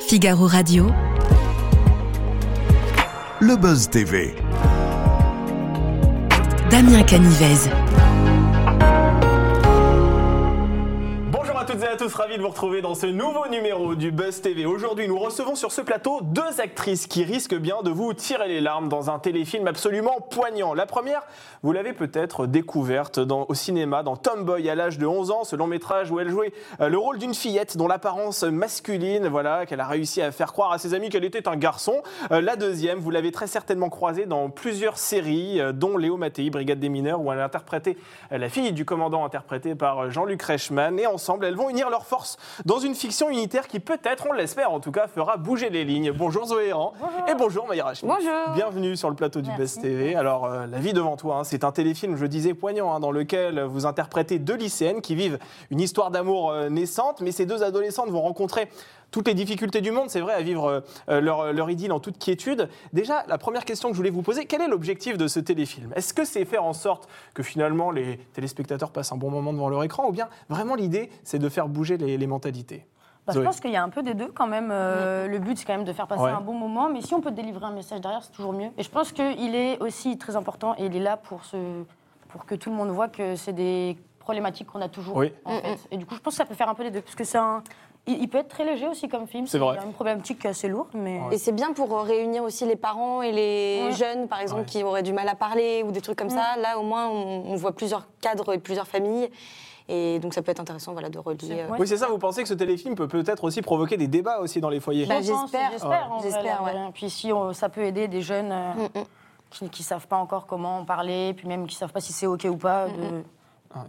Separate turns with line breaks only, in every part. Figaro Radio.
Le Buzz TV,
Damien Canivez.
Bonjour à toutes et à tous, ravi de vous retrouver dans ce nouveau numéro du Buzz TV. Aujourd'hui, nous recevons sur ce plateau deux actrices qui risquent bien de vous tirer les larmes dans un téléfilm absolument poignant. La première, vous l'avez peut-être découverte dans- au cinéma dans Tomboy à l'âge de 11 ans, ce long métrage où elle jouait euh, le rôle d'une fillette dont l'apparence masculine, voilà, qu'elle a réussi à faire croire à ses amis qu'elle était un garçon. Euh, La deuxième, vous l'avez très certainement croisée dans plusieurs séries, euh, dont Léo Mattei, Brigade des mineurs, où elle a interprété euh, la fille du commandant, interprétée par euh, Jean-Luc Reichmann. Et ensemble, elles vont unir leurs forces dans une fiction unitaire qui peut-être, on l'espère en tout cas, fera bouger les lignes. Bonjour Zoé Héran. et bonjour Maïra Rachmi.
Bonjour.
Bienvenue sur le plateau du
Merci.
Best TV. Alors, euh, la vie devant toi, hein, c'est un téléfilm, je disais, poignant, hein, dans lequel vous interprétez deux lycéennes qui vivent une histoire d'amour euh, naissante, mais ces deux adolescentes vont rencontrer toutes les difficultés du monde, c'est vrai, à vivre euh, euh, leur, leur idylle en toute quiétude. Déjà, la première question que je voulais vous poser, quel est l'objectif de ce téléfilm Est-ce que c'est faire en sorte que finalement les téléspectateurs passent un bon moment devant leur écran, ou bien vraiment l'idée, c'est de faire bouger les, les mentalités
Bah, je
Zoé.
pense qu'il y a un peu des deux quand même. Euh, Le but, c'est quand même de faire passer
Ouais.
un bon moment, mais si on peut délivrer un message derrière, c'est toujours mieux. Et je pense qu'il est aussi très important et il est là pour, ce... pour que tout le monde voit que c'est des problématiques qu'on a toujours.
Oui.
en
Mm,
fait. Et du coup, je pense que ça peut faire un peu les deux, parce que c'est un... il il peut être très léger aussi comme film.
C'est vrai.
Il y a une problématique assez lourde, mais.
Ouais.
Et c'est bien pour euh, réunir aussi les parents et les
Ouais.
jeunes, par exemple,
Ouais.
qui auraient du mal à parler ou des trucs comme ça. Là, au moins, on, on voit plusieurs cadres et plusieurs familles. Et donc, ça peut être intéressant voilà, de relier.
C'est-
euh,
ouais.
Oui, c'est ça, vous pensez que ce téléfilm peut peut-être aussi provoquer des débats aussi dans les foyers
Bah,
Je pense,
j'espère.
J'espère. en vrai,
J'espère,
la
ouais. Mm,
vraie. Puis si on- ça peut aider des jeunes euh, qui ne savent pas encore comment en parler, puis même qui savent pas si c'est OK ou pas, de,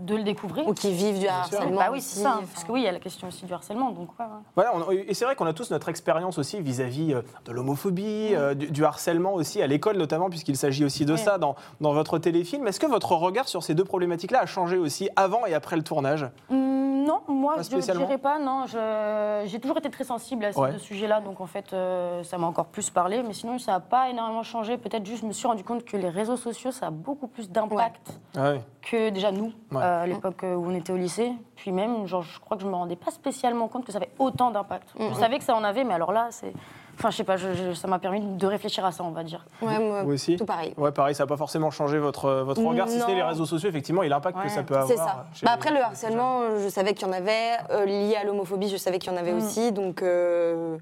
de le découvrir.
Mm, Ou qui vivent du
sûr.
harcèlement.
Bah oui,
aussi.
c'est ça.
Enfin,
Parce que oui, il y a la question aussi du harcèlement, donc ouais, ouais.
Voilà, on- et c'est vrai qu'on a tous notre expérience aussi vis-à-vis euh, de l'homophobie, euh, du, du harcèlement aussi, à l'école notamment, puisqu'il s'agit aussi de
Oui.
ça dans, dans votre téléfilm. Est-ce que votre regard sur ces deux problématiques-là a changé aussi avant et après le tournage
Hum, non, moi,
Pas
je ne
spécialement
dirais pas, non. Je- J'ai toujours été très sensible à ces
Ouais.
deux sujets-là, donc en fait, euh, ça m'a encore plus parlé. Mais sinon, ça n'a pas énormément changé. Peut-être juste, je me suis rendu compte que les réseaux sociaux, ça a beaucoup plus d'impact que déjà nous,
Ouais.
euh, à l'époque où on était au lycée. Puis même, genre, je crois que je me rendais pas spécialement compte que ça avait autant d'impact. Je savais que ça en avait, mais alors là, c'est. Enfin, je sais pas, je- je- ça m'a permis de réfléchir à ça, on va dire.
ouais, moi,
Vous aussi
Tout pareil. Mm,
Ouais, pareil, ça n'a pas forcément changé votre, euh, votre regard, si ce n'est
Non.
les réseaux sociaux, effectivement, et l'impact que
Ouais,
ça peut avoir.
C'est ça.
euh, chez-
Bah, après, le harcèlement, euh, je savais qu'il y en avait. Euh, lié à l'homophobie, je savais qu'il y en
Mm.
avait aussi. Donc. euh,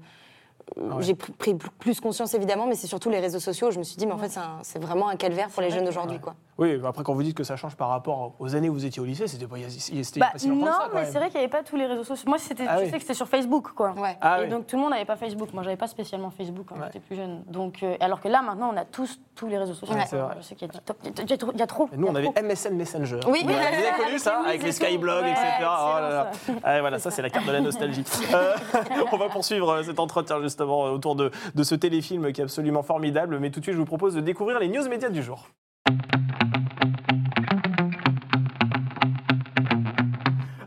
Ah
euh, J'ai pr- pris pl- plus conscience évidemment, mais c'est surtout les réseaux sociaux. Je me suis dit, mais en
Mm.
fait, c'est un- c'est vraiment un calvaire pour les jeunes d'aujourd'hui. quoi.
Oui, bah, après, quand vous dites que ça change par rapport aux années où vous étiez au lycée, c'était pas, il y a- c'était
Bah,
pas si longtemps
non,
que ça, quand
mais
même.
c'est vrai qu'il n'y avait pas tous les réseaux sociaux. Moi, c'était,
Ah
je
oui.
sais que c'était sur Facebook, quoi.
Ouais.
Ah
et
oui.
donc tout le monde n'avait pas Facebook. Moi, j'avais pas spécialement Facebook quand
Ouais.
j'étais plus jeune. Donc, euh, alors que là, maintenant, on a tous tous les réseaux sociaux.
Ouais.
C'est vrai.
Je sais qu'il y a TikTok, il y a- il y a trop- il y a trop.
Et nous, on
il y
avait
a trop.
MSN Messenger.
Oui,
Vous
oui,
avez
oui,
connu
avec
ça
les
Avec les
musiques et tout.
skyblogs,
Ouais,
etc.
excellent,
Oh là là. Ah, voilà, ça, c'est la carte de la nostalgie. Euh, on va poursuivre euh, cet entretien justement euh, autour de, de ce téléfilm qui est absolument formidable. Mais tout de suite, je vous propose de découvrir les news médias du jour.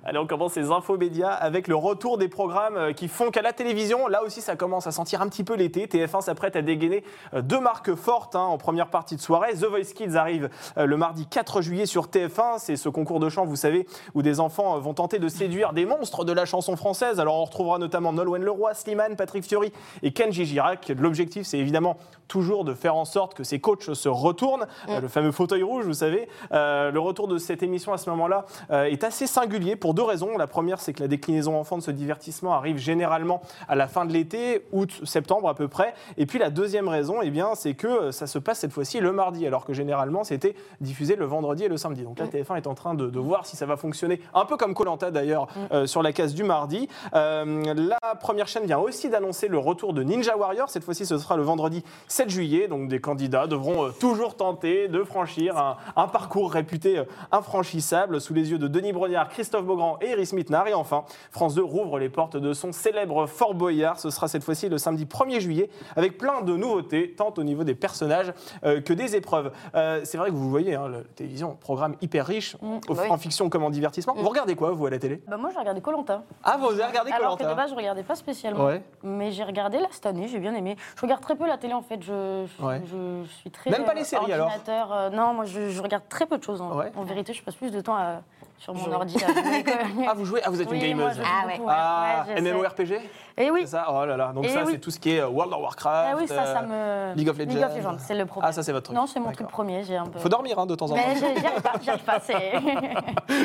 Allez, on commence ces infos médias avec le retour des programmes euh, qui font qu'à la télévision, là aussi, ça commence à sentir un petit peu l'été. TF1 s'apprête à dégainer euh, deux marques fortes hein, en première partie de soirée. The Voice Kids arrive euh, le mardi 4 juillet sur TF1. C'est ce concours de chant, vous savez, où des enfants euh, vont tenter de séduire des monstres de la chanson française. Alors, on retrouvera notamment Nolwenn Leroy, Slimane, Patrick Fiori et Kenji Girac. L'objectif, c'est évidemment toujours de faire en sorte que ces coachs se retournent. Euh, le fameux fauteuil rouge, vous savez. Euh, le retour de cette émission à ce moment-là euh, est assez singulier pour deux raisons. La première, c'est que la déclinaison enfant de ce divertissement arrive généralement à la fin de l'été, août, septembre à peu près. Et puis la deuxième raison, eh bien, c'est que euh, ça se passe cette fois-ci le mardi, alors que généralement c'était diffusé le vendredi et le samedi. Donc la TF1 est en train de, de voir si ça va fonctionner, un peu comme Colanta d'ailleurs euh, sur la case du mardi. Euh, la première chaîne vient aussi d'annoncer le retour de Ninja Warrior. Cette fois-ci, ce sera le vendredi 7 juillet. Donc des candidats devront euh, toujours tenter de franchir un, un parcours réputé euh, infranchissable sous les yeux de Denis Brognard, Christophe Beaugrand et Iris Mittenard. Et enfin, France 2 rouvre les portes de son célèbre Fort Boyard. Ce sera cette fois-ci le samedi 1er juillet avec plein de nouveautés, tant au niveau des personnages euh, que des épreuves. Euh, C'est vrai que vous voyez, hein, la télévision, programme hyper riche,
Mm,
au-
bah oui.
en fiction comme en divertissement. Vous regardez quoi, vous, à la télé
Bah, moi, j'ai regardé Colanta.
Ah, vous avez regardé
Alors que de
Colanta
base, je regardais pas spécialement.
Ouais.
Mais j'ai regardé là cette année, j'ai bien aimé. Je regarde très peu la télé en fait. Je, je-
Ouais.
je suis très.
Même pas
euh,
les séries, alors
ordinateur. Euh, non, moi, je, je regarde très peu de choses. En,
Ouais.
en vérité, je passe plus de temps à- sur mon
Jouer.
ordi. là, je jouais, quoi.
Ah, vous jouez Ah, vous êtes
Oui,
une
moi,
gameuse.
je joue
Ah ouais.
beaucoup,
Ah,
ouais, je sais.
MMORPG
Eh oui.
C'est ça Oh là là. Donc
Et
ça,
oui.
c'est tout ce qui est euh, World of Warcraft.
Ah oui, ça, ça
euh,
me.
League of Legends.
League of Legends, c'est le problème.
Ah, ça, c'est votre truc.
Non, c'est mon
D'accord.
truc premier, j'ai un peu.
Faut dormir hein, de temps en temps.
Mais j'ai- j'y arrive pas, j'y arrive pas, c'est-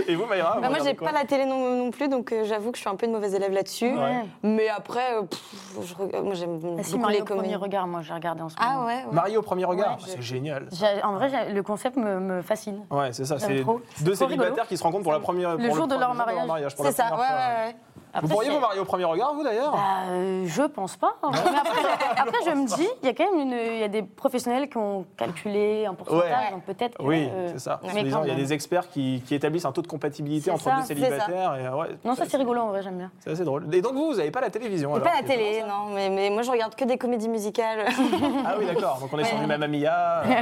Et vous, Mayra vous
Bah, moi,
regardez
j'ai
quoi
pas la télé non, non plus, donc euh, j'avoue que je suis un peu une mauvaise élève là-dessus.
Ouais.
Mais après, euh, pff, je reg- moi, j'aime
Ah, Si,
beaucoup
Mario
les
au premier
comédies.
regard, moi, j'ai regardé en ce moment.
Ah ouais, ouais.
Mario au premier regard,
Ouais,
c'est
je-
génial.
J'ai- En vrai, j'ai- le concept me, me fascine.
Ouais, c'est ça.
J'aime
C'est
trop.
deux
Trop rigolo.
célibataires qui se rencontrent pour la première pour
jour de leur
premier
mariage.
pour la
C'est ça, ouais,
première fois, ouais.
ouais, ouais.
Après,
Vous pourriez
c'est-
vous marier au premier regard, vous d'ailleurs
Bah, euh, je pense pas. hein. Mais après, après, je me dis, il y a quand même une, il y a des professionnels qui ont calculé un pourcentage,
Ouais.
donc peut-être. que,
Oui,
euh,
c'est ça.
mais
Soi-disant,
quand
il y a
même.
des experts qui, qui établissent un taux de compatibilité
C'est
entre
ça,
deux
c'est
ça.
célibataires. et, euh, ouais,
Non, ça c'est rigolo en vrai, j'aime bien.
C'est assez drôle. Et donc vous, vous n'avez pas la télévision
Et
alors
Pas la
c'est-
télé, non, mais, mais moi je regarde que des comédies musicales.
Ah oui, d'accord. Donc on est sur
Ouais.
du Mamma Mia. euh,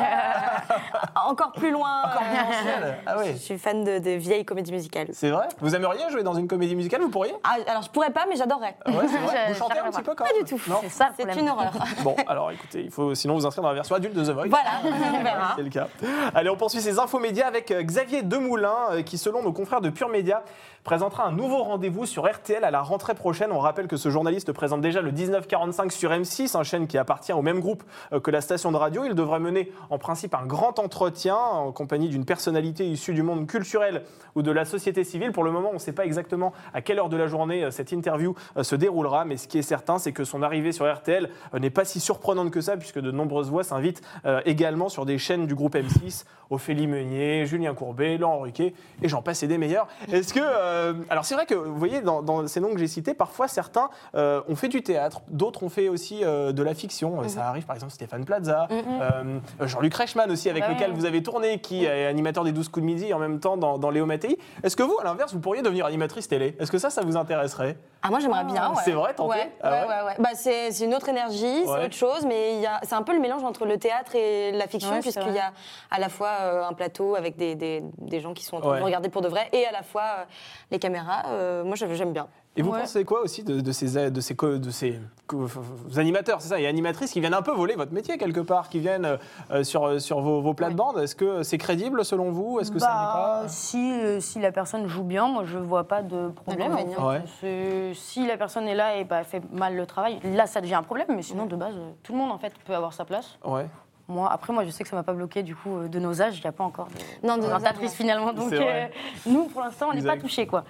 Encore plus loin. euh,
ancienne. ah
Je
oui.
suis fan de, de vieilles comédies musicales.
C'est vrai Vous aimeriez jouer dans une comédie musicale Vous pourriez
Ah, alors je pourrais pas, mais j'adorerais.
Ouais, c'est vrai.
Je-
Vous chantez un
j'arrive
petit
pas.
peu quand même
Pas du tout.
Non
C'est ça le
C'est
problème.
une horreur.
Bon, alors écoutez, il faut sinon vous inscrire dans la version adulte de The Voice.
Voilà, on verra.
C'est le cas. Allez, on poursuit ces infos médias avec euh, Xavier Demoulin, euh, qui, selon nos confrères de Pure Média, présentera un nouveau rendez-vous sur RTL à la rentrée prochaine. On rappelle que ce journaliste présente déjà le 1945 sur M6, une chaîne qui appartient au même groupe euh, que la station de radio. Il devrait mener en principe un grand entretien en compagnie d'une personnalité issue du monde culturel ou de la société civile. Pour le moment, on ne sait pas exactement à quelle heure de la journée euh, cette interview euh, se déroulera, mais ce qui est certain, c'est que son arrivée sur RTL euh, n'est pas si surprenante que ça, puisque de nombreuses voix s'invitent euh, également sur des chaînes du groupe M6, Ophélie Meunier, Julien Courbet, Laurent Ruquier, et j'en passe et des meilleurs. Est-ce que. euh, alors, c'est vrai que, vous voyez, dans, dans ces noms que j'ai cités, parfois certains euh, ont fait du théâtre, d'autres ont fait aussi euh, de la fiction. Euh, Ça arrive, par exemple, Stéphane Plaza, euh, Jean-Luc Reichmann aussi, avec
Bah
lequel
ouais.
vous avez tourné, qui est animateur des 12 coups de midi et en même temps dans, dans Léo Mattei. Est-ce que vous, à l'inverse, vous pourriez devenir animatrice télé Est-ce que ça, ça vous intéresserait
Ah, moi j'aimerais bien. Ouais.
C'est vrai, tenter
ouais,
Ah
ouais,
ouais
ouais, ouais. Bah, c'est c'est une autre énergie,
Ouais.
c'est autre chose, mais il y a- c'est un peu le mélange entre le théâtre et la fiction,
Ouais, c'est
puisqu'il y a à la fois euh, un plateau avec des, des, des gens qui sont en train
Ouais.
de regarder pour de vrai, et à la fois euh, les caméras. euh, moi j'aime j'aime bien.
Et vous
Ouais.
pensez quoi aussi de, de ces, a- de ces, co- de ces co- f- f- animateurs, c'est ça, et animatrices qui viennent un peu voler votre métier quelque part, qui viennent euh, sur, euh, sur vos, vos plates-bandes Est-ce que c'est crédible selon vous Est-ce que
Bah,
ça
si, euh, si la personne joue bien, moi je vois pas de problème.
D'inconvénient.
en fait.
Ouais.
C'est- Si la personne est là et bah, fait mal le travail, là ça devient un problème. Mais sinon de base, euh, tout le monde en fait peut avoir sa place.
n'est pas Ouais.
Moi, après moi je sais que ça m'a pas bloqué du coup euh, de nos âges, il n'y a pas encore de
Non, de nos âges,
présentatrice
ouais.
finalement. Donc
C'est vrai.
euh, nous pour l'instant on n'est pas
Exact.
touchés quoi.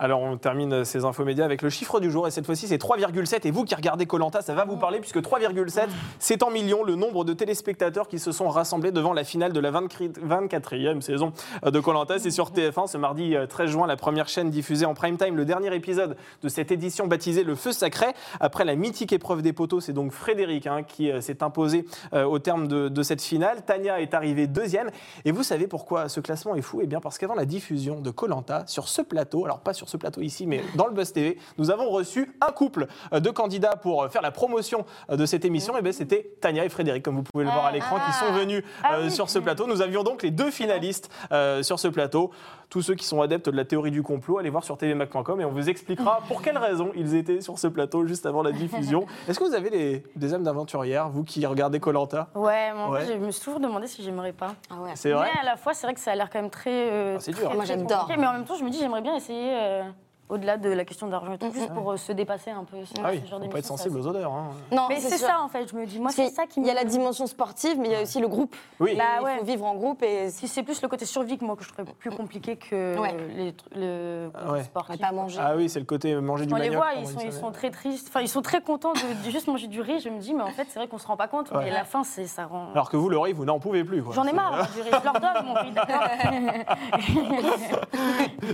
Alors on termine ces infos médias avec le chiffre du jour et cette fois-ci c'est 3,7 et vous qui regardez Colanta ça va vous parler puisque 3,7 c'est en millions le nombre de téléspectateurs qui se sont rassemblés devant la finale de la 24 24e saison de Colanta c'est sur TF1 ce mardi 13 juin la première chaîne diffusée en prime time le dernier épisode de cette édition baptisée le feu sacré après la mythique épreuve des poteaux c'est donc Frédéric hein, qui euh, s'est imposé euh, au terme de, de cette finale Tania est arrivée deuxième et vous savez pourquoi ce classement est fou Eh bien parce qu'avant la diffusion de Colanta sur ce plateau, alors pas sur ce plateau ici, mais dans le Buzz TV, nous avons reçu un couple euh, de candidats pour euh, faire la promotion euh, de cette émission. Et bien c'était Tania et Frédéric, comme vous pouvez le voir à l'écran, qui sont venus
Ah
euh,
oui.
sur ce plateau. Nous avions donc les deux finalistes euh, sur ce plateau. Tous ceux qui sont adeptes de la théorie du complot, allez voir sur tvmac.com et on vous expliquera pour quelles raisons ils étaient sur ce plateau juste avant la diffusion. Est-ce que vous avez des, des âmes d'aventurière, vous qui regardez Colanta
Ouais, mais en
Ouais.
fait je me suis toujours demandé si j'aimerais pas.
Ah ouais.
C'est vrai
Mais à la fois, c'est vrai que ça a l'air quand même très. euh,
Ah, c'est
très,
dur.
très
Moi, j'adore.
compliqué, Mais en même temps, je me dis, j'aimerais bien essayer, euh, au-delà de la question d'argent et
Mm,
tout, juste pour euh, se dépasser un peu.
mm, Ah oui, on peut être
d'émission, ça-
sensible aux odeurs. hein.
Non,
Mais c'est
sûr.
ça, en fait, je me dis, moi,
Parce
c'est
que
ça qui
Il y a la
me-
dimension sportive, mais il y a aussi le groupe.
Oui.
Et
Bah
Il
ouais.
faut vivre en groupe et
Si c'est plus le côté survie que moi que je trouve plus compliqué que
Ouais.
les, tru- le
Ah ouais.
sportif.
Ouais, pas manger.
Ah oui, c'est le côté manger du
On
manioc.
les voit,
comme
ils
on
sont,
dit
ils
ça.
sont très tristes. Enfin, ils sont très contents de, de juste manger du riz. Je me dis, mais en fait, c'est vrai qu'on se rend pas compte.
Ouais.
Et la fin, c'est ça rend.
Alors que vous, le riz, vous n'en pouvez plus. quoi.
J'en ai
C'est-
marre hein, du riz. Je leur donne mon riz, d'accord.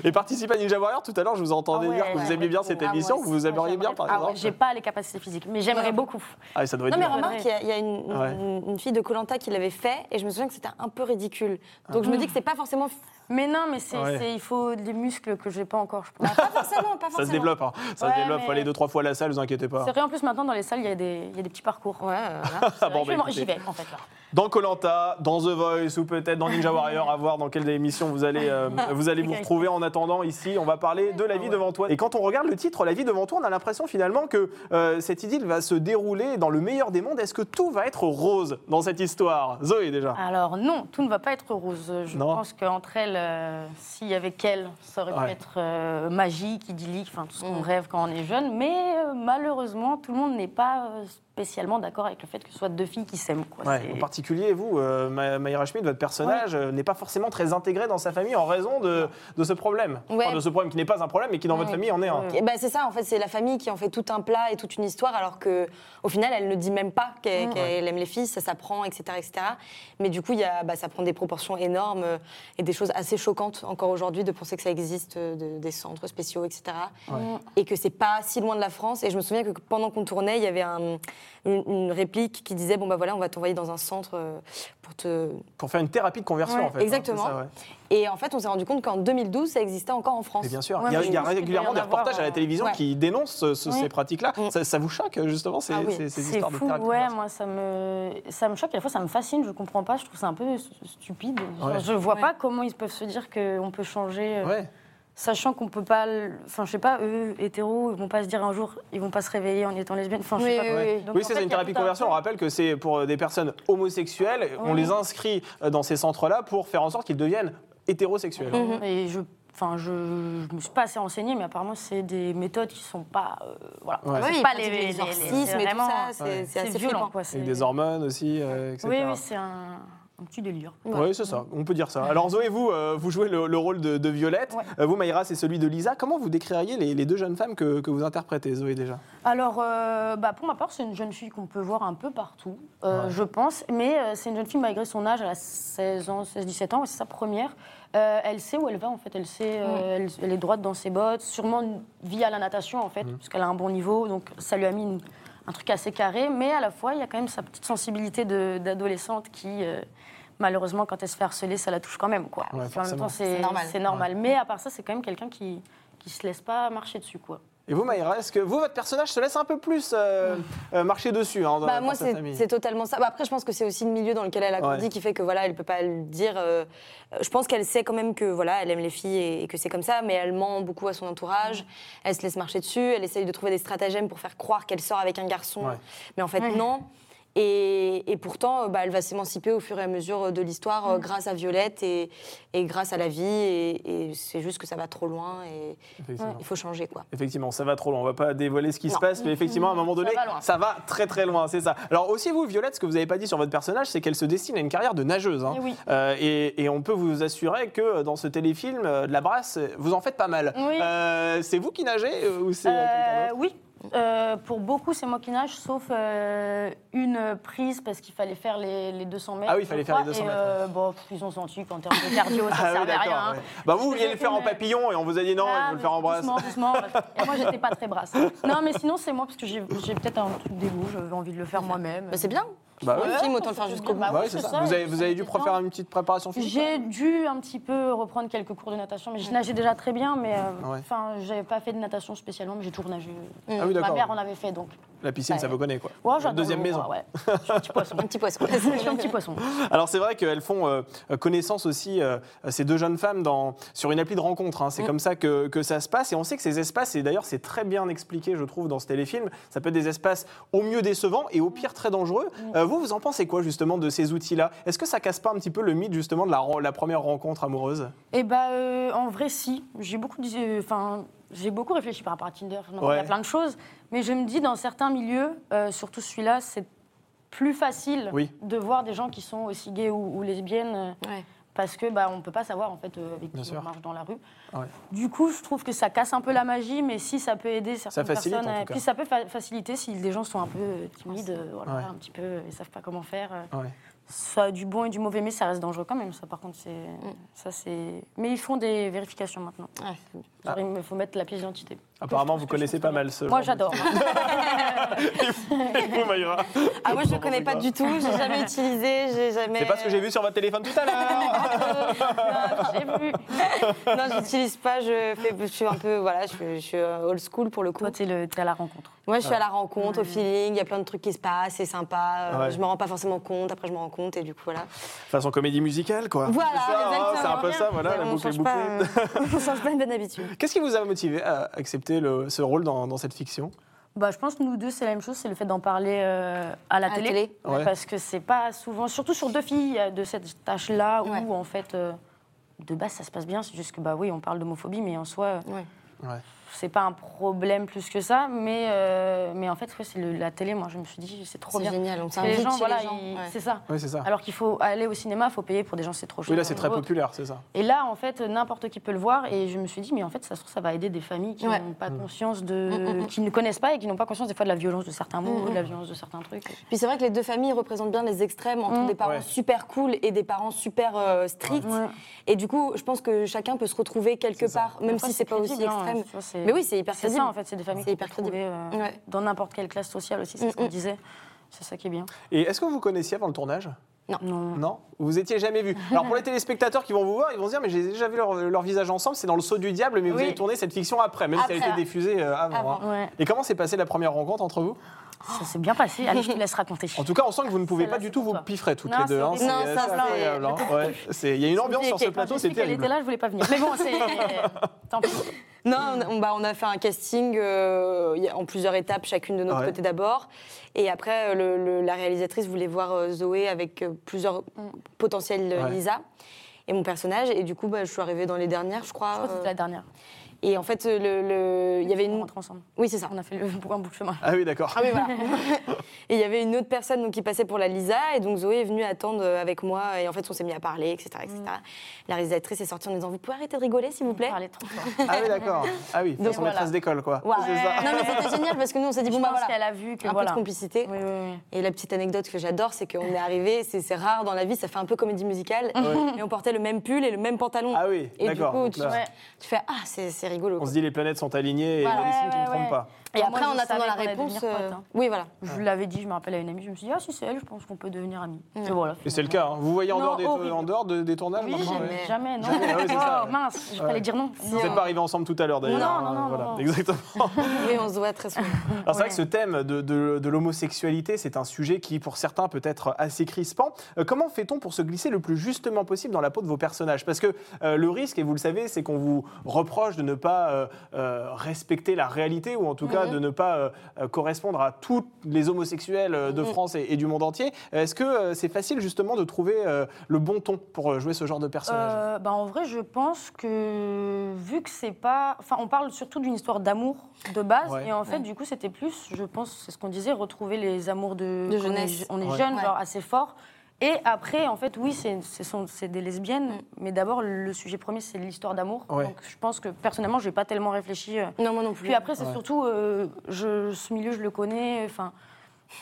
Et participer à Ninja Warrior, tout à l'heure, je vous entendais
Ah ouais,
dire que vous
ouais.
aimiez bien cette
Ah, moi
émission, que
aussi.
vous aimeriez bien, par
Ah ouais,
exemple.
J'ai pas les capacités physiques, mais j'aimerais
Ouais.
beaucoup.
Ah, ça doit être
Non, mais
dur.
remarque, il y a- il y a, une,
Ouais.
une- une fille de Colanta qui l'avait fait, et je me souviens que c'était un peu ridicule. Donc
Ah.
je me dis que c'est pas forcément.
Mais non, mais c'est,
Ouais.
c'est- il faut des muscles que j'ai pas encore, je pense.
Bah, pas forcément, pas forcément.
Ça se développe, hein. ça
Ouais,
se développe. Faut
mais-
aller deux, trois fois à la salle, vous inquiétez pas.
C'est vrai, en plus, maintenant, dans les salles, il y a des, il y a des petits parcours.
Ouais, euh, voilà.
C'est vrai,
bon,
je
bah,
vais m'en-
écoutez.
J'y vais, en fait, là.
Dans Colanta, dans The Voice ou peut-être dans Ninja Warrior, à voir dans quelle émission vous allez, euh, vous allez vous retrouver. En attendant, ici, on va parler de La vie devant toi. Et quand on regarde le titre La vie devant toi, on a l'impression finalement que euh, cette idylle va se dérouler dans le meilleur des mondes. Est-ce que tout va être rose dans cette histoire Zoé, déjà
Alors, non, tout ne va pas être rose. Je
Non.
pense qu'entre elles, euh, s'il y avait qu'elle, ça aurait
Ouais.
pu être euh, magique, idyllique, enfin tout ce qu'on
Mm.
rêve quand on est jeune. Mais euh, malheureusement, tout le monde n'est pas euh, spécialement d'accord avec le fait que ce soit deux filles qui s'aiment. quoi.
Ouais,
Ah, C'est-
en particulier, vous, euh, Ma- Mayra Schmidt, votre personnage euh, n'est pas forcément très intégré dans sa famille en raison de, de ce problème.
Ouais.
Enfin, de ce problème qui n'est pas un problème, mais qui dans votre
Ouais.
famille en est un.
Ouais.
Eh ben, c'est ça, en fait, c'est la famille qui en fait tout un plat et toute une histoire, alors que au final, elle ne dit même pas qu'elle
Mm.
qu'elle aime les filles, ça s'apprend, etc., etc. Mais du coup, il y a, bah, ça prend des proportions énormes euh, et des choses assez choquantes encore aujourd'hui de penser que ça existe, euh, de- des centres spéciaux, etc. Et que c'est pas si loin de la France. Et je me souviens que pendant qu'on tournait, il y avait un- une, une réplique qui disait bon bah voilà, on va t'envoyer dans un centre euh, pour te
Pour faire une thérapie de conversion,
Ouais,
en fait. hein,
exactement.
c'est ça, ouais.
et en fait, on s'est rendu compte qu'en 2012, ça existait encore en France.
Mais bien sûr,
Ouais,
il y a,
mais
il y a
je pense qu'il
régulièrement
doit
des
y en avoir,
reportages à la
euh,
télévision
ouais.
qui dénoncent ce- ce- ces
Oui.
pratiques-là.
Mm.
Ça, ça vous choque, euh, justement, ces,
Ah oui,
ces- ces
C'est
histoires de
fou,
thérapie de
ouais,
conversion
moi ça me, ça me choque, à la fois ça me fascine, je comprends pas, je trouve ça un peu stu- stupide. Genre,
Ouais.
Je vois
Ouais.
pas comment ils peuvent se dire qu'on peut changer, euh,
Ouais.
sachant qu'on peut pas, le- enfin je sais pas, eux, hétéros, ils vont pas se dire un jour, ils vont pas se réveiller en étant lesbiennes, enfin je sais
Oui,
pas.
oui,
quoi.
oui.
euh, Donc,
oui,
en
c'est
fait,
une
il y a
thérapie de
tout un
conversion. On
truc.
rappelle que c'est pour des personnes homosexuelles. On
Ouais.
les inscrit euh, dans ces centres-là pour faire en sorte qu'ils deviennent hétérosexuels. hein.
Et je, enfin, je, je me suis pas assez renseignée, mais apparemment c'est des méthodes qui sont pas, euh, voilà,
Ouais.
C'est
Ah Oui,
pas les,
pratiquer
les,
des
les-
exorcismes
c'est
et tout
vraiment-
ça, c'est
Ouais.
c'est assez
violent,
flippant.
quoi. Mm. c'est-
Avec des hormones aussi, euh, etc.
Oui, oui, c'est Mm. un, un petit délire.
Oui, c'est ça, on peut dire ça. Alors Zoé, vous, euh, vous jouez le, le rôle de, de Violette,
Ouais.
Euh, vous Maïra, c'est celui de Lisa. Comment vous décririez les, les deux jeunes femmes que, que vous interprétez, Zoé, déjà
Alors, euh, bah, pour ma part, c'est une jeune fille qu'on peut voir un peu partout, euh, je pense. Mais euh, c'est une jeune fille, malgré son âge, elle a 16 ans, 16-17 ans, ouais, c'est sa première. Euh, elle sait où elle va, en fait. Elle, sait, euh, elle, elle est droite dans ses bottes, sûrement une- via la natation, en fait,
Mm.
puisqu'elle a un bon niveau. Donc, ça lui a mis une- un truc assez carré. Mais à la fois, il y a quand même sa petite sensibilité de- d'adolescente qui... euh, Malheureusement, quand elle se fait harceler, ça la touche quand même. Quoi.
Ouais,
Puis en même
forcément.
temps, c'est
C'est normal.
normal. normal. Mais à part ça, c'est quand même quelqu'un qui qui se laisse pas marcher dessus. quoi.
Et vous, Maïra, est-ce que vous, votre personnage se laisse un peu plus euh, euh, marcher dessus hein, dans-
Bah,
dans
moi,
sa
c'est
famille
c'est totalement ça. Bah, après, je pense que c'est aussi le milieu dans lequel elle a grandi
Ouais.
qui fait que voilà, elle peut pas le dire. euh, euh, je pense qu'elle sait quand même que voilà, elle aime les filles et, et que c'est comme ça, mais elle ment beaucoup à son entourage. Elle se laisse marcher dessus. Elle essaye de trouver des stratagèmes pour faire croire qu'elle sort avec un garçon,
Ouais.
mais en fait
Ouais.
non. Et, et pourtant, euh, bah, elle va s'émanciper au fur et à mesure de l'histoire euh, grâce à Violette et, et grâce à la vie. Et, et c'est juste que ça va trop loin et
Effectivement.
il faut changer quoi. Bah,
Effectivement, ça va trop loin. On va pas dévoiler ce qui se
Non.
passe, mais effectivement, à un moment donné,
va loin.
ça va très très loin, c'est ça. Alors aussi, vous, Violette, ce que vous n'avez pas dit sur votre personnage, c'est qu'elle se destine à une carrière de nageuse. hein.
Eh oui.
Euh, et, et on peut vous assurer que euh, dans ce téléfilm, euh, de la brasse, vous en faites pas mal.
Oui.
Euh, c'est vous qui nagez euh, ou c'est euh, quelqu'un
Euh,
d'autre
oui. Euh, pour beaucoup, c'est moi qui nage, sauf euh, une prise parce qu'il fallait faire les, les 200 mètres.
Ah oui, il fallait
je
faire les
crois,
200
et,
mètres,
euh, bon, pff, ils ont senti qu'en termes de cardio, ça
Ah oui,
servait à rien. hein.
ouais. Bah vous, vous vouliez
J'ai
le faire
fait
en
une-
papillon et on vous a dit non,
Ah,
il faut le faire en brasse.
Doucement, doucement. Et moi, j'étais pas très brasse. Non, mais sinon, c'est moi parce que j'ai j'ai peut-être un truc d'égo, j'avais envie de le faire moi-même.
Bah, c'est bien.
Bah
Pour
ouais.
une film, autant le faire
c'est
jusqu'au bout.
bien.
Bah
Bah oui,
oui, c'est
c'est
ça.
ça,
Vous avez,
et
vous
ça
avez
me
dû
détend.
faire une petite préparation physique
J'ai dû un petit peu reprendre quelques cours de natation, mais je nageais déjà très bien, mais euh,
Ouais.
enfin, j'avais pas fait de natation spécialement, mais j'ai toujours nagé.
Ah oui,
Ma
d'accord.
mère en avait fait, donc.
La piscine,
Ouais.
ça vous connaît quoi.
Ouais,
La
j'adore
Deuxième
le
maison.
roi, Ouais. Je suis un petit poisson.
Un petit poisson.
Je suis un petit poisson.
Alors c'est vrai qu'elles font euh, connaissance aussi, euh, ces deux jeunes femmes, dans, sur une appli de rencontre.
Mm.
hein. C'est comme ça que, que ça se passe. Et on sait que ces espaces, et d'ailleurs c'est très bien expliqué, je trouve, dans ce téléfilm, ça peut être des espaces au mieux décevants et au pire très dangereux.
Mm.
Euh, vous, vous en pensez quoi justement de ces outils-là Est-ce que ça casse pas un petit peu le mythe justement de la, ren- la première rencontre amoureuse
Et bah, euh, en vrai, si. J'ai beaucoup, dis- euh, enfin, j'ai beaucoup réfléchi par rapport à Tinder. Non, Il y
Ouais.
a plein de choses. Mais je me dis, dans certains milieux, euh, surtout celui-là, c'est plus facile
Oui.
de voir des gens qui sont aussi gays ou, ou lesbiennes. euh,
Ouais.
Parce que bah, on ne peut pas savoir en fait euh, avec
Bien
qui
sûr.
on marche dans la rue.
Ah Ouais.
Du coup, je trouve que ça casse un peu la magie, mais si ça peut aider certaines
facilite,
personnes,
en tout
euh,
cas.
puis ça peut fa- faciliter si des gens sont un peu euh, timides, euh, voilà,
Ouais.
un petit peu, euh, ils savent pas comment faire. euh,
ah Ouais.
ça a du bon et du mauvais, mais ça reste dangereux quand même. Ça, par contre, c'est ça, c'est. Mais ils font des vérifications maintenant.
Ouais, c'est bien.
Genre, il me faut mettre la pièce d'identité.
Ah. Apparemment,
Que je
vous
trouve- que
connaissez
je trouve
pas
très
mal
bien.
ce
Moi,
genre de-
j'adore.
Et vous, Mayra
Ah, moi, je ne
Comment
connais
on
pas
rigole.
du tout. J'ai jamais utilisé. J'ai jamais.
C'est pas ce que j'ai vu sur votre téléphone tout à l'heure
Ah, J'ai vu.
Non, j'utilise pas. Je, fais, je suis un peu. Voilà, je, suis- je suis old school pour le coup.
Toi, t'es le- t'es à la rencontre.
Moi, je suis à la rencontre, au feeling. Il y a plein de trucs qui se passent. C'est sympa. euh,
Ouais.
Je me rends pas forcément compte. Après, je me rends compte. Et du coup, voilà.
Façon comédie musicale quoi.
Voilà,
C'est ça, hein,
exactement.
C'est un peu ça, voilà, la
on
boucle est
change,
bouclée.
pas, euh, on change pas une bonne habitude.
Qu'est-ce qui vous a motivé à accepter le- ce rôle dans, dans cette fiction
Bah, je pense que nous deux, c'est la même chose, c'est le fait d'en parler euh, à la
la
télé.
télé.
Ouais.
Parce que c'est pas souvent, surtout sur deux filles, euh, de cette tâche-là où,
Ouais.
en fait, euh, de base, ça se passe bien. C'est juste que, bah oui, on parle d'homophobie, mais en soi, euh,
Ouais.
Ouais.
c'est pas un problème plus que ça. Mais, euh, mais en fait, ouais, c'est le- la télé, moi, je me suis dit, c'est trop
C'est
bien.
génial, on
Parce que
s'invite
les gens,
chez
voilà,
les gens.
ils-
ouais.
c'est ça.
Oui, c'est ça.
Alors qu'il faut aller au cinéma, il faut payer pour des gens, c'est trop cher.
oui, là, c'est très
Autre.
populaire, c'est ça.
Et là, en fait, n'importe qui peut le voir. Et je me suis dit, mais en fait, ça se trouve, ça va aider des familles qui
Ouais. Mm,
n'ont pas
Mm.
conscience de. qui ne connaissent pas et qui n'ont pas conscience des fois de la violence de certains mots, de la violence de certains trucs.
Puis c'est vrai que les deux familles représentent bien les extrêmes entre
Mm.
des parents
Ouais.
super cool et des parents super euh, stricts.
Ouais.
Et du coup, je pense que chacun peut se retrouver quelque part, même
Parfois,
si c'est pas aussi
crédible, hein,
extrême.
tu vois, c'est-
Mais oui, c'est hyper
C'est
crédible.
ça, en fait, c'est des familles
C'est
qui
hyper
peuvent trouver
crédible.
euh,
Ouais. Mm,
dans n'importe quelle classe sociale aussi, c'est ce qu'on disait. C'est ça qui est bien.
Et est-ce que vous connaissiez avant le tournage
Non.
Non Vous étiez jamais vu. Alors pour les téléspectateurs qui vont vous voir, ils vont se dire mais j'ai déjà vu leur, leur visage ensemble, c'est dans le saut du diable, mais vous
Oui.
avez tourné cette fiction après, même si elle a
Après.
été diffusée euh, avant.
Avant.
hein.
Ouais,
Et comment s'est passée la première rencontre entre vous
ça s'est bien passé. Allez, je te laisse raconter.
En tout cas, on sent que vous ne pouvez
Celle-là,
pas du
c'est
tout
pour
vous
toi.
piffrer toutes
Non,
les deux. hein.
c'est
horrible. Non, ça, c'est-
incroyable. hein. Ouais. C'est- Il y a une ambiance sur ce
Quand
plateau,
j'ai
c'est
su qu'elle
terrible.
était là, je voulais pas venir. Mais bon, c'est. Tant pis.
Non, on a- on, bah, on a fait un casting euh, y a- en plusieurs étapes, chacune de notre
Ouais.
côté d'abord. Et après, euh, le- le- la réalisatrice voulait voir euh, Zoé avec euh, plusieurs
Mm.
potentiels euh,
Ouais.
Lisa et mon personnage. Et du coup, bah, je suis arrivée dans les dernières, je crois.
Je crois que c'était
euh,
la dernière.
et en fait, euh, le- le- il y avait
On
une.
rentre ensemble.
Oui, c'est ça.
On a fait le, un bout de chemin.
Ah oui, d'accord.
Ah oui, voilà. et il y avait une autre personne donc, qui passait pour la Lisa, et donc Zoé est venue attendre euh, avec moi, et en fait, on s'est mis à parler, etc. etc.
Mm.
La réalisatrice est sortie en disant Vous pouvez arrêter de rigoler, s'il vous plaît
Parlait trop fort.
Ah oui, d'accord. Ah oui,
Donc
façon
voilà.
maîtresse d'école, quoi.
Waouh.
C'est ça.
Non, mais c'était génial parce que nous, on s'est dit
Je
Bon, bah
pense
voilà.
qu'elle a vu que
Un
voilà.
peu de complicité.
Oui, oui, oui.
Et la petite anecdote que j'adore, c'est qu'on est arrivé, c'est c'est rare dans la vie, ça fait un peu comédie musicale, et on portait le même pull et le même pantalon.
Ah oui,
Et du
d'accord.
coup,
Donc
tu,
là,
Ouais.
tu fais Ah, c'est c'est rigolo.
On
quoi.
se dit les planètes sont alignées et
Voilà.
il y a des signes qui ne
Ouais, ouais,
trompent
ouais.
pas.
Et
Moi,
après,
je
en attendant
savais
la
qu'on allait
réponse.
devenir potes,
euh,
hein.
Oui, voilà.
Je l'avais dit, je me rappelle à une amie, je me suis dit, ah si c'est elle, je pense qu'on peut devenir amis. Et voilà.
Et c'est le cas. hein. Vous voyez en
Non,
dehors des,
horrible.
en dehors de- des tournages
Oui,
maintenant
jamais,
ouais.
jamais, non.
Jamais, ah oui, c'est ça,
Oh,
ouais.
mince, je
Ouais.
fallait dire non.
Vous n'êtes pas arrivés ensemble tout à l'heure d'ailleurs.
Non,
hein,
non, non,
voilà.
non.
Exactement.
Oui, on se voit très souvent.
Alors c'est vrai
Ouais.
que ce thème de, de- de l'homosexualité, c'est un sujet qui pour certains peut être assez crispant. Euh, comment fait-on pour se glisser le plus justement possible dans la peau de vos personnages Parce que euh, le risque, et vous le savez, c'est qu'on vous reproche de ne pas euh, euh, respecter la réalité ou en tout
Mhm.
cas de ne pas euh, euh, correspondre à tous les homosexuels euh,
Mhm.
de France et, et du monde entier. Est-ce que euh, c'est facile justement de trouver euh, le bon ton pour euh, jouer ce genre de personnage
Euh, bah, en vrai, je pense que vu que c'est pas. Enfin, on parle surtout d'une histoire d'amour de base.
Ouais.
et en fait, du coup, c'était plus, je pense, c'est ce qu'on disait, retrouver les amours de.
De
quand on est
jeunesse.
je- On est,
Ouais.
jeune,
Ouais.
genre assez fort. Et après, en fait, oui, c'est- ce sont- c'est des lesbiennes.
Mm.
Mais d'abord, le sujet premier, c'est l'histoire d'amour.
Ouais.
Donc, je pense que personnellement, je n'ai pas tellement réfléchi. euh,
Non, moi non plus.
Puis après, c'est
Ouais.
surtout, euh, je, ce milieu, je le connais. Enfin,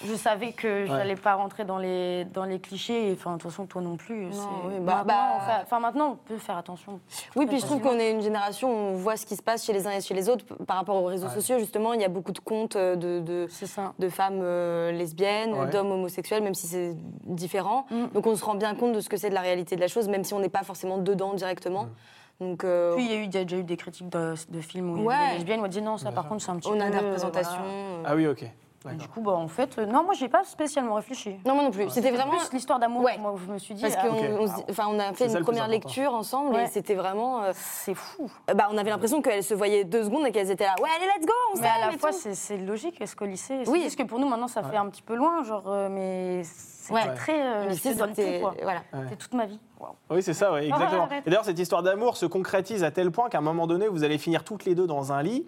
je savais que je n'allais pas rentrer dans les, dans les clichés. et, Enfin, de toute façon, toi non plus. c'est-
oui, bah-
maintenant,
bah-
on fait- enfin, maintenant, on peut faire attention.
Oui, puis je trouve qu'on est une génération où on voit ce qui se passe chez les uns et chez les autres par rapport aux réseaux sociaux. Justement, il y a beaucoup de comptes euh, de, de,
C'est ça.
de femmes euh, lesbiennes,
Ouais.
d'hommes homosexuels, même si c'est différent.
Mm.
Donc on se rend bien compte de ce que c'est de la réalité de la chose, même si on n'est pas forcément dedans directement.
Mm.
Donc euh,
Puis il y a eu il y a déjà eu des critiques de, de films où il y avait
Ouais.
des lesbiennes. On a dit non, ça par contre, c'est un petit
on a
peu,
des
euh,
représentations.
voilà.
euh.
Ah oui, ok.
Du
D'accord.
coup, bah, en fait, euh, non, moi, j'ai pas spécialement réfléchi.
Non, moi non
Ah,
plus. C'était vraiment.
Plus l'histoire d'amour,
Ouais.
moi, où je me suis dit.
Parce
ah,
qu'on
Ok.
on se- enfin, on a
ça
fait une
le plus
première
important.
lecture ensemble et
Ouais.
c'était vraiment. euh,
c'est fou.
bah, on avait l'impression qu'elles se voyaient deux secondes et qu'elles étaient là. Ouais, allez, let's go, on
Mais à
s'aime
la
et
fois,
tout.
c'est c'est logique, est-ce qu'au lycée
Oui.
Oui. Parce que pour nous, maintenant, ça fait un petit peu loin, genre, euh, mais c'était
Ouais.
très. euh,
Mais
je
c'est-
te donne
c'était-
tout, quoi.
Voilà.
C'était toute ma vie.
Oui, c'est ça, oui, exactement.
Ah, arrête.
et d'ailleurs, cette histoire d'amour se concrétise à tel point qu'à un moment donné, vous allez finir toutes les deux dans un lit.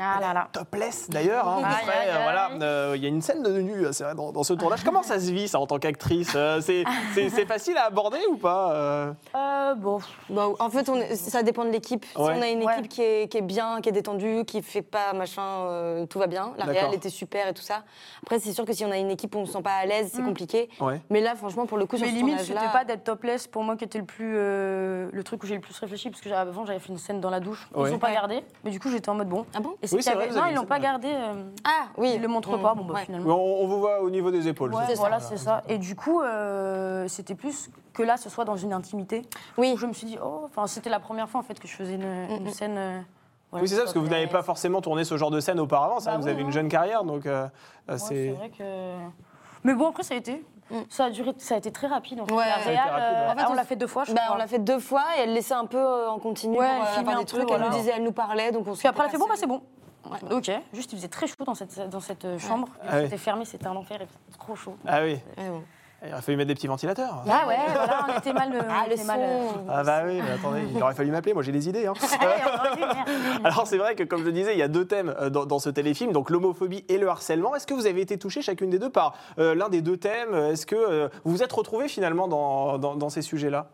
Ah là là.
Topless, d'ailleurs. hein, vous
Aïe,
serez,
aïe,
euh,
aïe.
voilà, euh, il y a une scène de nu euh, c'est vrai, dans, dans ce tournage. Comment ça se vit, ça, en tant qu'actrice Euh, c'est, c'est- c'est facile à aborder ou pas euh
Euh, bon,
Bah, en fait, on est- ça dépend de l'équipe.
Ouais.
Si on a une équipe
Ouais.
qui, est, qui est bien, qui est détendue, qui fait pas machin, euh, tout va bien. La
D'accord.
réelle était super et tout ça. Après, c'est sûr que si on a une équipe où on se sent pas à l'aise, c'est compliqué.
Ouais.
Mais là, franchement, pour le coup, sur
Mm. Mais
ce
limite,
tournage-là-
c'était pas d'être topless pour moi qui était le plus euh, le truc où j'ai le plus réfléchi parce que j'avais- avant j'avais fait une scène dans la douche. Ils
Ouais.
ont pas
Ouais.
gardé, mais du coup j'étais en mode bon.
Ah bon
Et c'est
Oui,
qu'il y
c'est vrai,
avait-
vous
non,
avez
ils
une
l'ont pas
scène,
gardé. euh,
Ah oui.
Ils le montrent
Mmh.
pas. Bon bah
Ouais.
finalement.
on, on vous voit au niveau des épaules.
Ouais,
c'est ça,
voilà, c'est ça. Et du coup, euh, c'était plus que là, ce soit dans une intimité.
Oui. Mm,
Où je me suis dit, oh, enfin, c'était la première fois en fait que je faisais une, une scène. euh, voilà,
Oui, c'est ça, parce que vous n'avez pas forcément tourné ce genre de scène auparavant. C'est vrai,
Bah
vous
oui,
avez une
non.
jeune carrière, donc euh, euh, c'est.
Ouais, c'est vrai que. Mais bon, après, ça a été. Ça a duré, ça a été très rapide. En fait,
Mm. Ouais.
La
Ça a
été
réal,
rapide, ouais.
euh,
En
fait,
ah,
on
on l'a
s-
fait deux fois, je
Bah,
crois.
on l'a fait deux fois et elle laissait un peu euh, en continu
Ouais,
pour, euh,
elle
la
filmait
part
un
des
peu,
trucs. Elle
voilà.
nous disait, elle nous parlait, donc on se.
Puis après, elle a fait bon, bah
repassait.
c'est bon. Ok, juste il faisait très chaud dans cette, dans cette euh, chambre.
Ah ouais.
C'était fermé, c'était un enfer, et c'était trop chaud.
Ah oui.
Ouais, bon.
Il a fallu mettre des petits ventilateurs.
Ah ouais, voilà, on était mal. euh,
Ah,
on
le
était mal, euh,
son.
Ah bah oui, mais attendez, il aurait fallu m'appeler, moi j'ai des idées. hein.
Ouais, on aurait dû, merde.
Alors c'est vrai que comme je le disais, il y a deux thèmes euh, dans, dans ce téléfilm, donc l'homophobie et le harcèlement. Est-ce que vous avez été touché chacune des deux par euh, l'un des deux thèmes Est-ce que euh, vous vous êtes retrouvé finalement dans, dans- dans ces sujets-là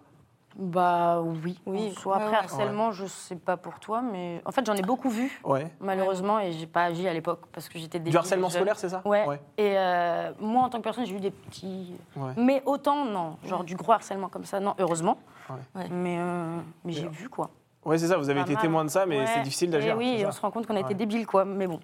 Bah oui,
Oui,
oui. Soit
ouais,
après
ouais.
harcèlement, je sais pas pour toi, mais en fait j'en ai beaucoup vu
Ouais.
malheureusement et j'ai pas agi à l'époque parce que j'étais
Du harcèlement
jeune.
scolaire, c'est ça
Ouais.
ouais.
Et euh, moi en tant que personne j'ai eu des petits,
Ouais.
mais autant non, genre du gros harcèlement comme ça, non, heureusement.
Ouais.
Ouais.
Mais euh, mais j'ai
Mais-
vu quoi.
Ouais, c'est ça, vous avez
Pas
été
mal.
témoin de ça, mais
Ouais.
c'est difficile d'agir.
Et oui,
c'est
et on
ça.
se rend compte qu'on a
Ouais.
été débile quoi, mais bon.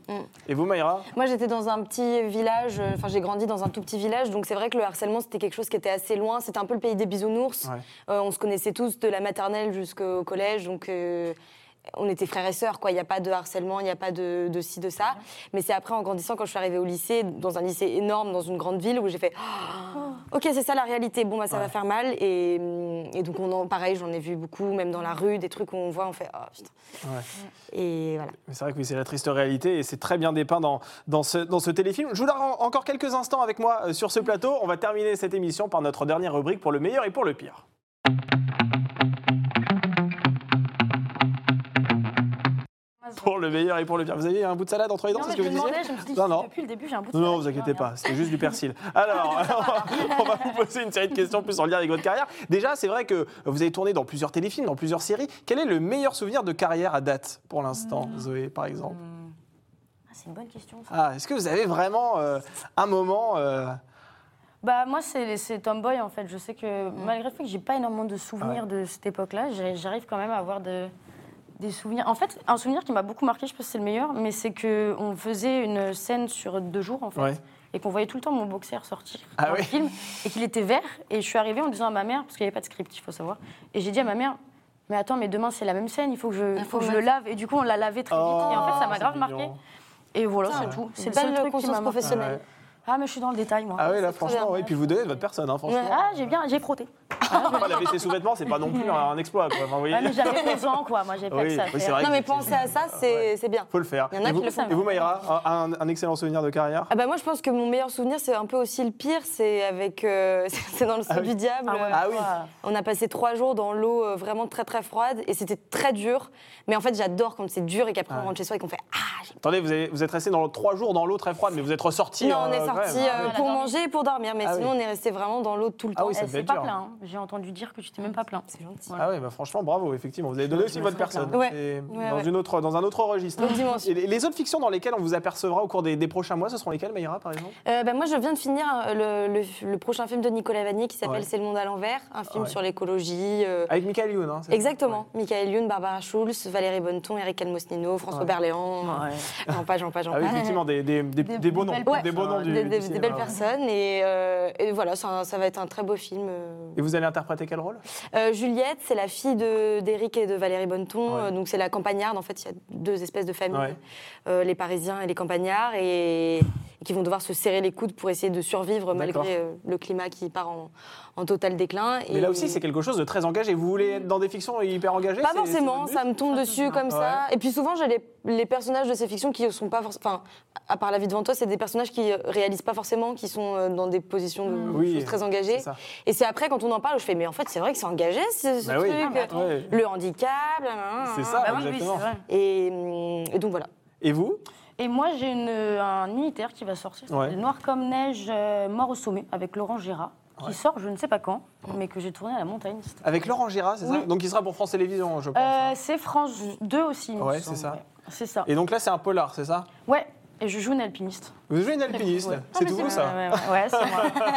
Et vous, Maïra
Moi, j'étais dans un petit village. euh, Enfin, j'ai grandi dans un tout petit village, donc c'est vrai que le harcèlement c'était quelque chose qui était assez loin. C'était un peu le pays des bisounours.
Ouais.
Euh, on se connaissait tous de la maternelle jusqu'au collège, donc. euh, on était frères et sœurs, quoi. Il n'y a pas de harcèlement, il n'y a pas de, de ci, de ça. Mais c'est après, en grandissant, quand je suis arrivée au lycée, dans un lycée énorme, dans une grande ville, où j'ai fait Ah, Ok, c'est ça la réalité. Bon, bah, ça va faire mal. Et, hum, et donc, on en, pareil, j'en ai vu beaucoup, même dans la rue, des trucs qu'on voit, on fait Ah, putain.
Ouais.
Et voilà.
Mais c'est vrai que oui, c'est la triste réalité et c'est très bien dépeint dans, dans, ce, dans ce téléfilm. Je vous la rends encore quelques instants avec moi euh, sur ce plateau. On va terminer cette émission par notre dernière rubrique pour le meilleur et pour le pire. Pour le meilleur et pour le pire. Vous avez un bout de salade entre les dents,
Non,
c'est
mais
ce que
je
vous
me
disiez
demandais, je me suis dit,
Non, non.
depuis le début j'ai un bout de
non, non,
salade
vous
qui va
inquiétez
bien.
pas, c'est juste du persil. Alors, on va vous poser une série de questions plus en lien avec votre carrière. Déjà, c'est vrai que vous avez tourné dans plusieurs téléfilms, dans plusieurs séries. Quel est le meilleur souvenir de carrière à date pour l'instant,
Euh,
Zoé, par exemple
Ah, C'est une bonne question. ça.
Ah, est-ce que vous avez vraiment euh, un moment euh,
Bah moi c'est c'est Tomboy en fait. Je sais que
Mm.
malgré le fait que j'ai pas énormément de souvenirs de cette époque-là, j'ai- j'arrive quand même à avoir de, des souvenirs. En fait, un souvenir qui m'a beaucoup marqué, je pense que c'est le meilleur, mais c'est que on faisait une scène sur deux jours en fait.
Ouais.
Et qu'on voyait tout le temps mon boxer sortir
Ah
dans
oui.
le film, et qu'il était vert. Et je suis arrivée en disant à ma mère, parce qu'il n'y avait pas de script, il faut savoir. Et j'ai dit à ma mère, mais attends, mais demain c'est la même scène, il faut que je, il faut que je le lave. Et du coup, on l'a lavé très vite. Et en fait, ça
Oh,
m'a
c'est
grave marqué.
mignon.
Et voilà, c'est tout.
C'est
le seul
belle
truc qui
conscience
m'a marqué.
professionnelle.
Ouais.
Ah, mais je suis dans le détail, moi.
Ah oui, là,
C'est trop bien.
franchement, oui. Puis vous donnez de votre personne, hein, franchement.
Ah, j'ai bien, j'ai frotté.
Enfin, laver ses sous-vêtements, c'est pas non plus un- un exploit, quoi. Enfin, vous voyez.
Ah, mais j'avais 11 ans, quoi. Moi, j'ai pas
Oui,
que ça à
oui,
faire.
c'est vrai.
Non,
que
mais
c'est-
penser à ça,
Ah,
c'est c'est bien.
Faut le faire.
Il y en a
et,
qui
vous,
le font.
et vous, Maïra, un, un excellent souvenir de carrière
Ah bah moi je pense que mon meilleur souvenir c'est un peu aussi le pire, c'est avec euh, c'est dans le sou
Ah oui.
du diable.
Ah ouais,
Ah oui.
quoi.
On a passé trois jours dans l'eau euh, vraiment très très froide et c'était très dur. Mais en fait j'adore quand c'est dur et qu'après
Ouais.
on rentre chez soi et qu'on fait ah j'ai...
Attendez, vous, avez- vous êtes resté dans le- trois jours dans l'eau très froide, mais vous êtes ressorti. euh,
non on est
sorti.
sorti euh,
ah oui.
pour manger et pour dormir, mais
bah, Ah
sinon
oui.
on est resté vraiment dans l'eau tout le
Ah
temps.
oui, ça
Eh,
devait
C'est
être
pas
dur.
plein. hein. J'ai entendu dire que tu t'es même pas plein.
C'est gentil.
Ah oui, bah franchement, bravo, effectivement. Vous avez donné aussi votre personne.
Ouais.
Et
Ouais,
dans,
ouais.
Une autre, dans un autre registre.
Autre dimension.
Et les- les autres fictions dans lesquelles on vous apercevra au cours des, des prochains mois, ce seront lesquelles, Maïra, par exemple
Euh, bah, moi je viens de finir euh, le, le- le prochain film de Nicolas Vanier qui s'appelle
Ouais.
C'est le monde à l'envers, un film
Ouais.
sur l'écologie. euh,
Avec Michael Youn, hein, c'est ça
Exactement. Michael Youn, Barbara Schulz, Valérie Bonneton, Eric Almosnino, François
Ouais.
Berléand,
Ouais.
j'en passe, j'en passe, j'en
Ah oui,
passe.
effectivement, des, des, des,
Des-
des beaux noms.
des
belles
Des beaux noms
personnes.
du,
des,
du
des-
cinéma,
des belles
ouais.
personnes et, euh, et voilà ça, ça va être un très beau film. euh.
Et vous allez interpréter quel rôle
Euh, Juliette c'est la fille de- d'Éric et de Valérie Bonneton
Ouais.
euh, donc c'est la campagnarde en fait il y a deux espèces de familles
Ouais.
euh, les Parisiens et les campagnards et, et qui vont devoir se serrer les coudes pour essayer de survivre
D'accord.
malgré euh, le climat qui part en, en total déclin.
Mais là aussi, c'est quelque chose de très engagé. Vous voulez être dans des fictions hyper engagées
Pas
c'est-
forcément,
c'est votre
ça me tombe dessus comme ça. Et puis souvent, j'ai les, les personnages de ces fictions qui ne sont pas forcément. Enfin, à part La vie devant toi, c'est des personnages qui euh, réalisent pas forcément, qui sont euh, dans des positions de
Mmh. Oui,
choses très
but
engagées.
C'est ça.
Et c'est après, quand on en parle, où je fais, mais en fait, c'est vrai que c'est engagé ce, ce
Bah oui.
truc.
Ah, mais attends. Ouais.
Le handicap, là, là, là,
C'est
là.
ça,
Bah oui, oui,
Ah, exactement.
c'est vrai.
Et, hum, et donc voilà.
Et vous
Et moi, j'ai une- un unitaire qui va sortir,
Ouais.
Noir comme neige, euh, Mort au sommet, avec Laurent Gérard, qui sort je ne sais pas quand, mais que j'ai tourné à la montagne. c'était-
Avec Laurent Gérard, c'est ça
Oui.
Donc il sera pour France Télévisions, je pense.
Euh, c'est France 2 aussi. il me
Ouais, c'est
semble,
ça.
C'est ça.
Et donc là, c'est un polar, c'est ça
Ouais, et je joue une alpiniste.
Vous jouez une alpiniste,
Ah,
c'est tout vous ça
Ouais, ouais, ouais, ouais, c'est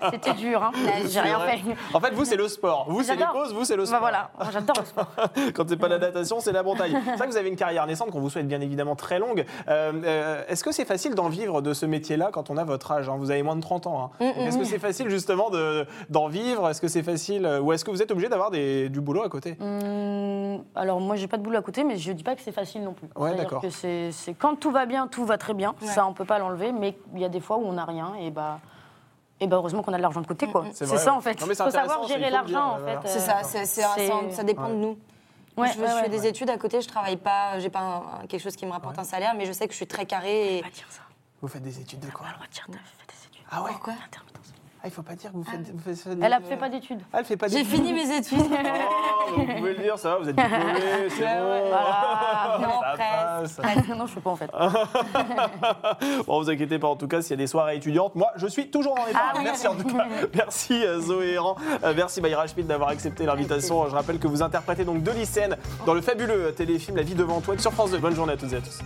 moi. C'était dur, hein. J'ai rien
vrai.
fait.
En fait, vous, c'est le sport. Vous, c'est les
J'adore.
pauses, vous, c'est le sport.
Bah voilà, moi, j'adore le sport.
Quand c'est pas la natation, c'est la montagne. C'est vrai que vous avez une carrière naissante qu'on vous souhaite bien évidemment très longue. Euh, euh, Est-ce que c'est facile d'en vivre de ce métier-là quand on a votre âge hein Vous avez moins de 30 ans. hein. Est-ce que c'est facile justement de- d'en vivre Est-ce que c'est facile euh, Ou est-ce que vous êtes obligé d'avoir des- du boulot à côté
Mm. Hum, alors moi j'ai pas de boulot à côté, mais je dis pas que c'est facile non plus.
Ouais,
C'est-à-dire
d'accord.
que c'est c'est- quand tout va bien, tout va très bien. Ça on peut pas l'enlever, mais il y a des fois où on n'a rien et bah et bah heureusement qu'on a de l'argent de côté quoi.
C'est
C'est
vrai,
ça
ouais.
en fait.
Non,
Il
mais c'est
faut savoir
intéressant, c'est- il
gérer
faut le dire,
l'argent en
voilà.
fait.
Mm, C'est
euh,
ça, c'est- c'est-
c'est-
ça, ça dépend de nous.
Ouais,
je,
ouais,
je
ouais.
fais des études à côté, je travaille pas, j'ai pas un- un- quelque chose qui me rapporte un salaire, mais je sais que je suis très carrée. Et...
On va dire ça.
Vous faites des études de quoi
On va dire, t'as fait des études.
Ah ouais
Pourquoi
Intermittence.
Ah, il faut pas dire que vous faites. vous faites ça
Elle
des-
ne fait pas d'études.
Ah, elle fait pas
J'ai
des-
fini mes études.
Oh, vous pouvez le dire, ça va, vous êtes diplômé, c'est bon.
Voilà.
Non,
Ça
presque.
passe.
non, je ne peux pas en fait.
bon, vous inquiétez pas, en tout cas, s'il y a des soirées étudiantes, moi, je suis toujours dans les bars.
Ah oui.
Merci en tout cas. Merci euh, Zoé Héran. Euh, merci Mayra Schmidt d'avoir accepté l'invitation. Je rappelle que vous interprétez donc deux lycéennes dans le fabuleux téléfilm La vie devant toi sur France 2. Bonne journée à toutes et à tous.